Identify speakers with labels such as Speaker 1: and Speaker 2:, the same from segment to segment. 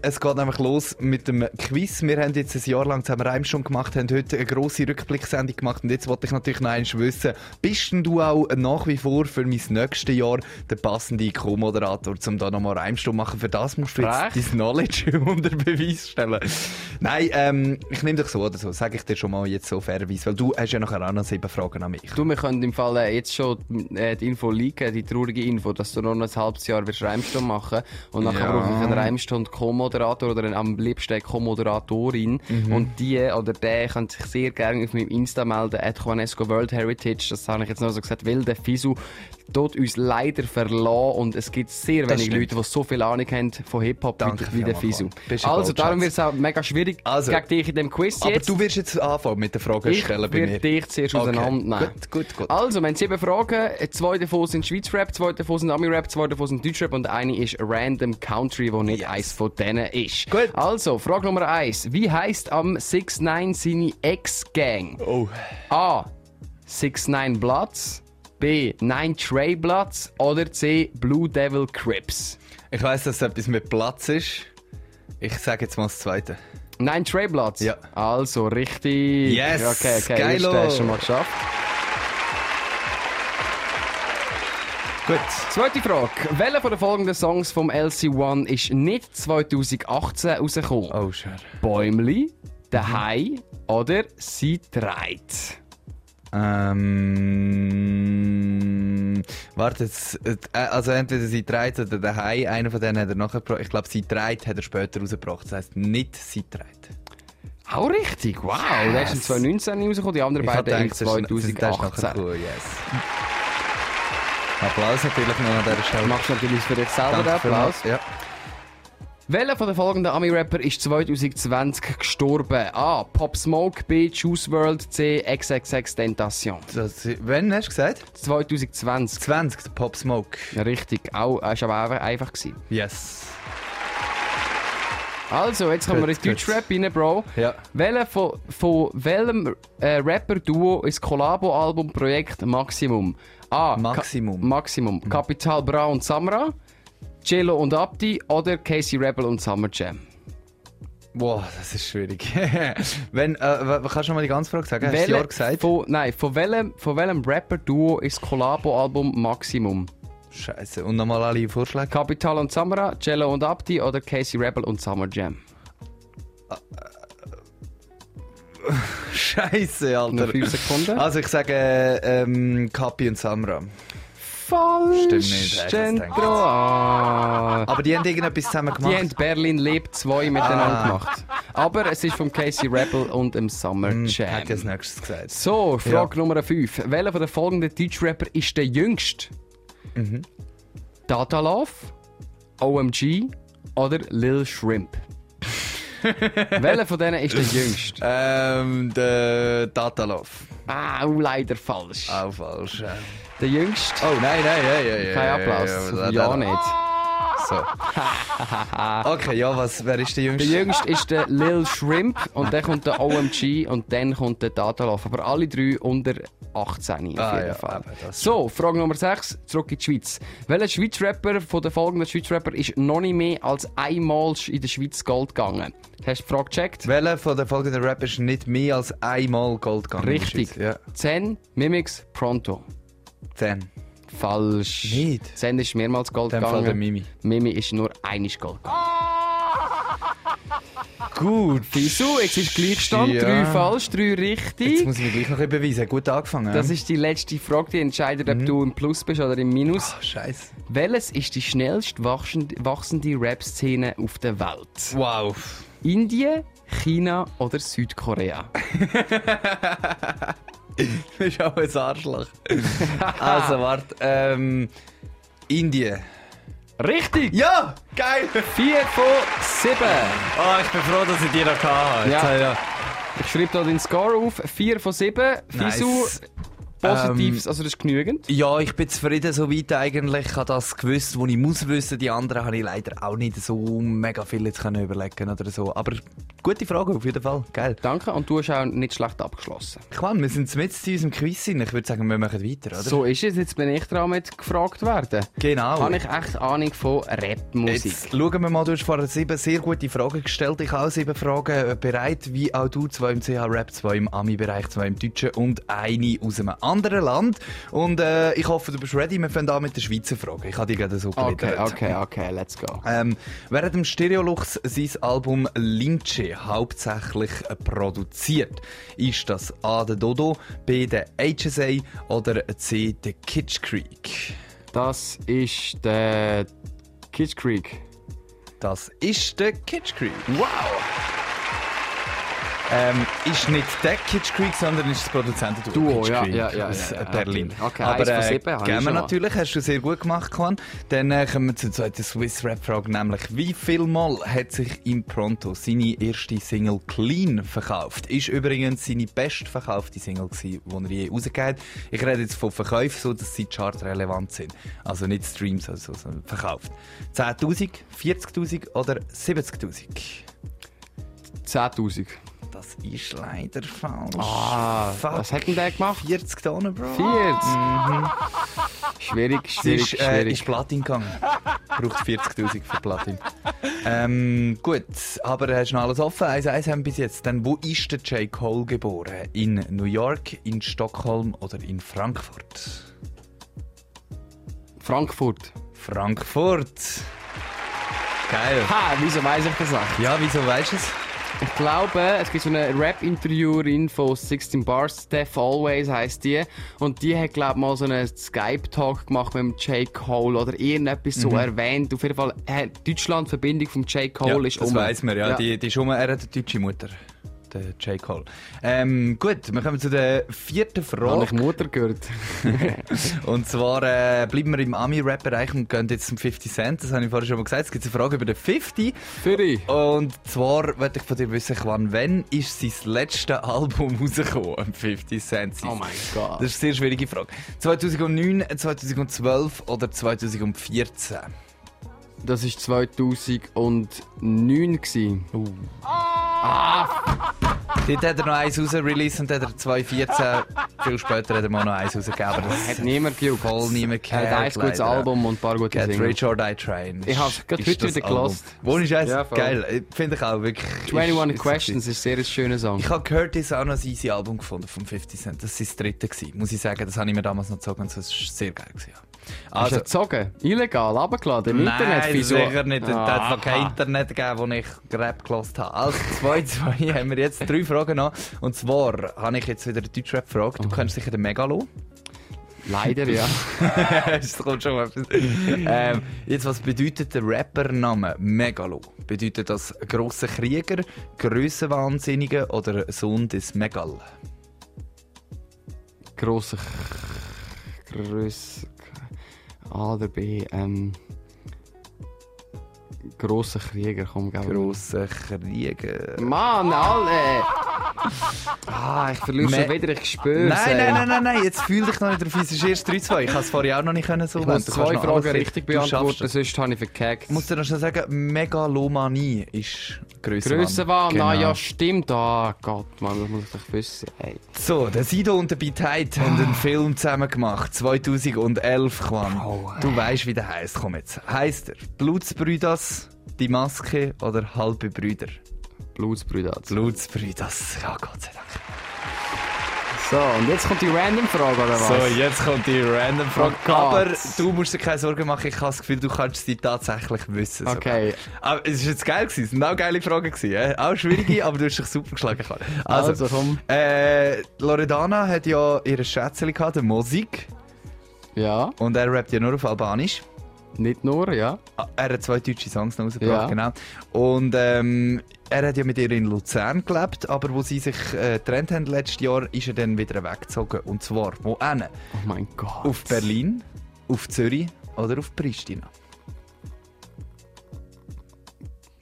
Speaker 1: Es geht nämlich los mit dem Quiz. Wir haben jetzt ein Jahr lang zusammen Reim schon gemacht, haben heute eine grosse Rückblicksendung gemacht und jetzt wollte ich natürlich noch eins wissen. Bist denn du auch nach wie vor für mein nächstes Jahr der passende Co-Moderator, um da nochmal Reimstunde machen? Für das musst du jetzt dein Knowledge unter Beweis stellen. Nein, ähm, ich nehme dich so oder so, sage ich dir schon mal jetzt so fairerweise, weil du hast ja nachher auch noch sieben Fragen an mich.
Speaker 2: Du, wir können im Fall äh, jetzt schon äh, die Info liegen, die traurige Info, dass du noch ein halbes Jahr wirst Reimstunde machen und nachher
Speaker 1: Ja.
Speaker 2: brauche ich einen Reimstunde Co-Moderator oder einen, am liebsten eine Co-Moderatorin
Speaker 1: Mhm.
Speaker 2: und die oder der kann sich sehr gerne auf meinem Insta melden, at Juanesco World Heritage, das habe ich jetzt noch so gesagt, weil der Fisu tut uns leider verlassen und es gibt sehr
Speaker 1: Das
Speaker 2: wenige
Speaker 1: stimmt.
Speaker 2: Leute, die so viel Ahnung haben von Hip-Hop
Speaker 1: Danke
Speaker 2: wie, wie der
Speaker 1: vielmals,
Speaker 2: Fisu.
Speaker 1: Juan. Bist ein
Speaker 2: Also,
Speaker 1: Goldschatz.
Speaker 2: darum wird es auch mega schwierig
Speaker 1: Also.
Speaker 2: gegen dich in dem Quiz
Speaker 1: Aber
Speaker 2: jetzt.
Speaker 1: du wirst jetzt anfangen mit der Frage
Speaker 2: Ich
Speaker 1: stellen bei mir.
Speaker 2: werde dich zuerst
Speaker 1: Okay.
Speaker 2: auseinandernehmen.
Speaker 1: Gut, gut, gut.
Speaker 2: Also, wir haben sieben Fragen. Zwei davon sind Schweizer Rap, zwei davon sind Ami-Rap, zwei davon sind Deutschrap und eine ist Random Country, wo nicht
Speaker 1: Yes.
Speaker 2: eins von denen ist.
Speaker 1: Gut.
Speaker 2: Also, Frage Nummer eins. Wie heisst am 6 9 seine Ex-Gang?
Speaker 1: Oh.
Speaker 2: A. 6 9 Bloods. B. 9 Trey Bloods. Oder C. Blue Devil Crips.
Speaker 1: Ich weiss, dass es etwas mit Platz ist. Ich sage jetzt mal das Zweite.
Speaker 2: 9 Trey Bloods?
Speaker 1: Ja.
Speaker 2: Also, richtig.
Speaker 1: Yes,
Speaker 2: Okay, okay.
Speaker 1: geilo.
Speaker 2: Erst, äh, schon mal geschafft.
Speaker 1: Gut.
Speaker 2: Zweite Frage. Welcher von den folgenden Songs vom LC1 ist nicht 2018 rausgekommen?
Speaker 1: Oh, schön.
Speaker 2: Bäumli, Der Hai oder Sie dreht?
Speaker 1: Ähm. Warte, jetzt, äh, also entweder sie dreht oder daheim. Einer von denen hat er nachher gebracht. Ich glaube, sie dreht hat er später rausgebracht. Das heisst nicht sie dreht.
Speaker 2: Auch richtig, wow. Der ist in
Speaker 1: Yes.
Speaker 2: 2019 rausgekommen, die anderen beiden in
Speaker 1: das ist das ist nachher
Speaker 2: 2018.
Speaker 1: cool, yes. Applaus natürlich noch an dieser Stelle.
Speaker 2: Machst du natürlich für dich selber den Applaus.
Speaker 1: vielmals. Ja.
Speaker 2: Welcher von den folgenden Ami-Rapper ist 2020 gestorben? A. Pop Smoke, B. Juice World, C. XXX Tentation.
Speaker 1: Das, wann hast du gesagt?
Speaker 2: 2020.
Speaker 1: 20, der Pop Smoke.
Speaker 2: Richtig, auch, ist aber einfach, einfach gewesen.
Speaker 1: Yes.
Speaker 2: Also, jetzt kommen wir in
Speaker 1: Gut,
Speaker 2: den
Speaker 1: gut.
Speaker 2: Deutschrap rein, Bro.
Speaker 1: Ja.
Speaker 2: Welcher von, von welchem äh, Rapper-Duo ist Collabo-Album-Projekt Maximum? A. Ka-
Speaker 1: Maximum. Mhm.
Speaker 2: Maximum. Capital Bra und Samra, Cello und Abdi oder Casey Rebel und Summer Jam?
Speaker 1: Boah, das ist schwierig. Wenn, äh, w- kannst du noch mal die ganze Frage sagen? Hast du das
Speaker 2: Welcher
Speaker 1: Jahr gesagt?
Speaker 2: Von, nein, von welchem, von welchem Rapper-Duo ist Collabo-Album Maximum?
Speaker 1: Scheiße. Und nochmal alle Vorschläge?
Speaker 2: Capital und Samra, Cello und Abdi oder Casey Rebel und Summer Jam?
Speaker 1: Scheiße, Alter.
Speaker 2: Noch fünf Sekunden.
Speaker 1: Also ich sage äh, ähm, Kapi und Samra.
Speaker 2: Falsch!
Speaker 1: Stimmt nicht, ich hab's gedacht.
Speaker 2: Centro. Ah.
Speaker 1: Aber die haben irgendetwas zusammen gemacht.
Speaker 2: Die haben Berlin lebt zwei miteinander
Speaker 1: Ah.
Speaker 2: gemacht. Aber es ist vom Casey Rebel und dem Summer Jam.
Speaker 1: Hätte ich als nächstes gesagt.
Speaker 2: So, Frage Nummer 5. Welcher von den folgenden Deutschrapper ist der jüngste?
Speaker 1: Mhm.
Speaker 2: Data Love, OMG oder Lil Shrimp? Welcher von denen ist der jüngste?
Speaker 1: Ähm, der Datalov.
Speaker 2: Ah, oh, leider falsch.
Speaker 1: Auch falsch. äh.
Speaker 2: Der jüngste?
Speaker 1: Oh, nein, nein, ja, ja, ja.
Speaker 2: Kein
Speaker 1: ja,
Speaker 2: Applaus.
Speaker 1: Ja,
Speaker 2: Ja,
Speaker 1: ja, ja,
Speaker 2: nicht.
Speaker 1: So. Okay, ja, was, wer ist der
Speaker 2: Der
Speaker 1: Jüngste?
Speaker 2: jüngste ist der Lil Shrimp und dann kommt der OMG und dann kommt der Data Love. Aber alle drei unter 18 auf
Speaker 1: Ah,
Speaker 2: jeden
Speaker 1: ja,
Speaker 2: Fall.
Speaker 1: eben, das
Speaker 2: So, Frage Nummer 6, zurück in die Schweiz. Welcher Schweizer Rapper von den folgenden Schweizer Rapper ist noch nicht mehr als einmal in der Schweiz Gold gegangen? Hast du die Frage gecheckt?
Speaker 1: Welcher von den folgenden Rappern ist nicht mehr als einmal Gold gegangen? in der
Speaker 2: Richtig.
Speaker 1: Schweiz? Ja.
Speaker 2: Zen, Mimics, Pronto.
Speaker 1: Zehn.
Speaker 2: Falsch.
Speaker 1: Nicht?
Speaker 2: Zen ist mehrmals Gold
Speaker 1: In dem Fall der
Speaker 2: gegangen.
Speaker 1: Mimi.
Speaker 2: Mimi ist nur einig Gold gegangen. Hm?
Speaker 1: Gut.
Speaker 2: Wieso? Jetzt ist Gleichstand.
Speaker 1: Ja.
Speaker 2: Drei falsch, drei richtig.
Speaker 1: Jetzt muss ich mich gleich noch ein bisschen beweisen. Gut angefangen.
Speaker 2: Das
Speaker 1: ja?
Speaker 2: ist die letzte Frage, die entscheidet,
Speaker 1: Mhm.
Speaker 2: ob du im Plus bist oder im Minus.
Speaker 1: Oh, Scheiße.
Speaker 2: Welches ist die schnellst wachsende, wachsende Rap-Szene auf der Welt?
Speaker 1: Wow.
Speaker 2: Indien, China oder Südkorea?
Speaker 1: Du bist auch ein Arschloch. also, warte. Ähm, Indien.
Speaker 2: Richtig!
Speaker 1: Ja! Geil!
Speaker 2: 4 von 7!
Speaker 1: Oh, ich bin froh, dass ich dir noch hatte.
Speaker 2: Ja.
Speaker 1: Jetzt, ja.
Speaker 2: Ich schreibe da den Score auf. 4 von 7.
Speaker 1: Nice. Ähm,
Speaker 2: Fisu, positives, also das ist genügend.
Speaker 1: ja, ich bin zufrieden soweit eigentlich. Ich habe das gewusst, was ich muss wissen. Die anderen habe ich leider auch nicht so mega viel jetzt können überlegen oder so. Aber Gute Frage auf jeden Fall. Geil.
Speaker 2: Danke und du hast auch nicht schlecht abgeschlossen.
Speaker 1: Juan, wir sind mit in unserem Quiz. drin. Ich würde sagen, wir machen weiter, oder?
Speaker 2: So ist es, jetzt bin ich dran mit gefragt werden.
Speaker 1: Genau.
Speaker 2: Habe ich echt Ahnung von Rapmusik?
Speaker 1: Jetzt schauen wir mal, du hast vorher sieben sehr gute Fragen gestellt. Ich habe auch sieben Fragen äh, bereit, wie auch du. Zwei im CH-Rap, zwei im Ami-Bereich, zwei im Deutschen und eine aus einem anderen Land. Und äh, ich hoffe, du bist ready. Wir fangen an mit der Schweizer Frage. Ich habe die gerade so
Speaker 2: Okay,
Speaker 1: gegliedert.
Speaker 2: okay, okay, let's go.
Speaker 1: Ähm, während dem Stereolux sein Album Lince hauptsächlich äh, produziert, ist das A. der Dodo, B. der HSA oder C. der Kitsch Creek?
Speaker 2: Das ist der Kitsch Creek.
Speaker 1: Das ist der Kitsch Creek.
Speaker 2: Wow!
Speaker 1: Ähm, ist nicht der Kitsch Creek, sondern ist das Produzentenduo
Speaker 2: Duo,
Speaker 1: Kitsch
Speaker 2: ja,
Speaker 1: Creek
Speaker 2: ja, ja,
Speaker 1: aus äh,
Speaker 2: ja, ja,
Speaker 1: Berlin.
Speaker 2: natürlich. Okay,
Speaker 1: Aber äh,
Speaker 2: eins von sieben habe ich
Speaker 1: gehen wir
Speaker 2: schon mal.
Speaker 1: natürlich, hast du sehr gut gemacht, Quan. Dann äh, kommen wir zur zweiten Swiss Rap Frage, nämlich wie viel Mal hat sich im Pronto seine erste Single Clean verkauft? Ist übrigens seine bestverkaufte Single gewesen, die er je rausgegeben hat. Ich rede jetzt von Verkäufen, so dass sie chartrelevant sind. Also nicht Streams, also so verkauft. 10.000, 40.000 oder 70.000?
Speaker 2: 10.000.
Speaker 1: Das ist leider falsch.
Speaker 2: Ah,
Speaker 1: Fuck.
Speaker 2: was hat denn der gemacht?
Speaker 1: 40 Tonnen, Bro.
Speaker 2: 40! Schwierig,
Speaker 1: Sie
Speaker 2: schwierig,
Speaker 1: ist, äh,
Speaker 2: schwierig.
Speaker 1: ist Platin gegangen. Braucht 40.000 für Platin. Ähm, gut, aber hast du noch alles offen? 1 1 haben wir bis jetzt. Dann, wo ist der J. Cole geboren? In New York, in Stockholm oder in Frankfurt?
Speaker 2: Frankfurt.
Speaker 1: Frankfurt! Geil.
Speaker 2: Ha, wieso weiss ich das nicht?
Speaker 1: Ja, wieso weißt du es?
Speaker 2: Ich glaube, es gibt so eine Rap-Interviewerin von 16 Bars, Steph Always heisst die. Und die hat, glaube ich, mal so einen Skype-Talk gemacht mit dem J. Cole oder irgendetwas so erwähnt. Auf jeden Fall, äh, Deutschland, Verbindung vom J. Cole
Speaker 1: ja,
Speaker 2: ist
Speaker 1: das
Speaker 2: um.
Speaker 1: weiss man, ja. Die, die ist um, er hat eine deutsche Mutter. Der J. Cole. Ähm, gut, wir kommen zu der vierten
Speaker 2: Habe
Speaker 1: Frage.
Speaker 2: ich Mutter gehört.
Speaker 1: Und zwar äh, bleiben wir im Ami-Rap-Bereich und gehen jetzt zum 50 Cent. Das habe ich vorher schon mal gesagt. Es gibt eine Frage über den 50.
Speaker 2: Fürri.
Speaker 1: Und zwar wollte ich von dir wissen, wann, wann ist sein letztes Album rausgekommen? am 50 Cent.
Speaker 2: Oh mein Gott.
Speaker 1: Das ist eine sehr schwierige Frage. 2009, 2012 oder 2014?
Speaker 2: Das war 2009. Gewesen.
Speaker 1: Dort hat er noch eins rausgereleased und hat er 2014, viel später hat er mal noch eins rausgegeben. aber das
Speaker 2: Hat niemand gejuckt.
Speaker 1: voll niemand
Speaker 2: Er hat ein
Speaker 1: gehört,
Speaker 2: gutes
Speaker 1: leider.
Speaker 2: Album und ein paar gute
Speaker 1: Get
Speaker 2: Singles.
Speaker 1: Rich or Die Train.
Speaker 2: Ich hab's gerade
Speaker 1: Ist
Speaker 2: heute
Speaker 1: das
Speaker 2: wieder
Speaker 1: Album.
Speaker 2: gelost.
Speaker 1: Wo ist es?
Speaker 2: Ja, voll.
Speaker 1: Geil. Finde ich auch wirklich.
Speaker 2: 21
Speaker 1: ist- ist-
Speaker 2: Questions ist ein sehr schöner Song.
Speaker 1: Ich habe gehört, das auch noch ein easy Album gefunden vom 50 Cent. Das war das dritte, gewesen. muss ich sagen. Das habe ich mir damals noch gezogen und das war sehr geil. Gewesen, ja.
Speaker 2: Hast du
Speaker 1: Also,
Speaker 2: ihn gezogen? Illegal, abgeladen im Internet.
Speaker 1: Nein,
Speaker 2: Wieso?
Speaker 1: sicher nicht. Es hat
Speaker 2: Ah.
Speaker 1: noch kein Internet gegeben, wo ich Rap gelost habe. Also, zwei, zwei haben wir jetzt drei Fragen noch. Und zwar habe ich jetzt wieder eine Deutschrap gefragt. Du kennst sicher den Megalo.
Speaker 2: Leider, ja.
Speaker 1: es kommt schon etwas. Ähm, jetzt, was bedeutet der Rappername Megalo? Bedeutet das grosser Krieger, Grössenwahnsinnige oder Sohn des Megal?
Speaker 2: Grosser. Grösser. A oder B. Ähm. Grosser Krieger, komm, gell.
Speaker 1: Grosser Krieger.
Speaker 2: Mann, alle! Ah, ich verliere
Speaker 1: Me-
Speaker 2: schon wieder, ich spür's.
Speaker 1: Nein,
Speaker 2: ey.
Speaker 1: nein, nein, nein, nein, jetzt fühl dich noch nicht drauf ein. Es ist erst 3-2. Ich kann es vorher auch noch nicht können, so
Speaker 2: Ich
Speaker 1: wenden.
Speaker 2: muss
Speaker 1: Du kannst
Speaker 2: zwei
Speaker 1: noch
Speaker 2: Fragen
Speaker 1: alles
Speaker 2: richtig
Speaker 1: du schaffst
Speaker 2: beantworten,
Speaker 1: es.
Speaker 2: sonst habe ich verkackt.
Speaker 1: Ich muss dir noch schnell sagen, Megalomanie ist Grössenwahn.
Speaker 2: Grössenwahn, ah
Speaker 1: Genau.
Speaker 2: ja, stimmt. Ah, Gott, Mann, das muss ich doch wissen. Ey.
Speaker 1: So, der Sido und der Bitheit haben einen Film zusammen gemacht. 2011, Quan. Du weißt, wie der heisst. Komm jetzt. Heisst er Blutsbrüders, Die Maske oder Halbe Brüder?
Speaker 2: Blutsbrüder.
Speaker 1: Blutsbrüders. Ja, Gott sei Dank.
Speaker 2: So, und jetzt kommt die Random-Frage, oder was?
Speaker 1: So, jetzt kommt die random Frage.
Speaker 2: Oh Gott.
Speaker 1: Aber du musst dir keine Sorgen machen. Ich habe das Gefühl, du kannst sie tatsächlich wissen. sogar.
Speaker 2: Okay.
Speaker 1: Aber es war jetzt geil. Gewesen. Es sind auch geile Fragen. Gewesen, äh? Auch schwierige, aber du hast dich super geschlagen. Karl.
Speaker 2: Also, komm.
Speaker 1: Äh, Loredana hat ja ihre Schätzchen gehabt, der Musik.
Speaker 2: Ja,
Speaker 1: Und er rappt ja nur auf Albanisch.
Speaker 2: nicht nur, ja.
Speaker 1: Ah, Er hat zwei deutsche Songs noch rausgebracht,
Speaker 2: Ja.
Speaker 1: genau. Und ähm, er hat ja mit ihr in Luzern gelebt, aber wo sie sich äh, getrennt haben letztes Jahr, ist er dann wieder weggezogen. Und zwar, wo hin?
Speaker 2: Oh mein Gott.
Speaker 1: Auf Berlin, auf Zürich oder auf Pristina?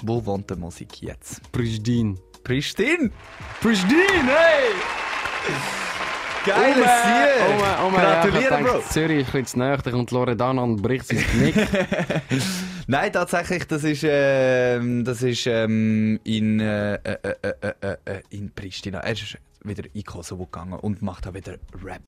Speaker 1: Wo wohnt der Musik jetzt?
Speaker 2: Pristin.
Speaker 1: Pristin!
Speaker 2: Pristin, hey!
Speaker 1: Geiles
Speaker 2: Ome,
Speaker 1: Sieg!
Speaker 2: Ome, Ome, oh ja, ich
Speaker 1: Oh Gratuliere,
Speaker 2: hab
Speaker 1: Bro!
Speaker 2: gedacht, Zürich ist ein bisschen zu nahe, da kommt Loredana und bricht sein Knick.
Speaker 1: Nein, tatsächlich, das ist, ähm, das ist ähm, in, äh, äh, äh, äh, äh, in Pristina. Er ist wieder in Kosovo gegangen und macht da wieder Rap.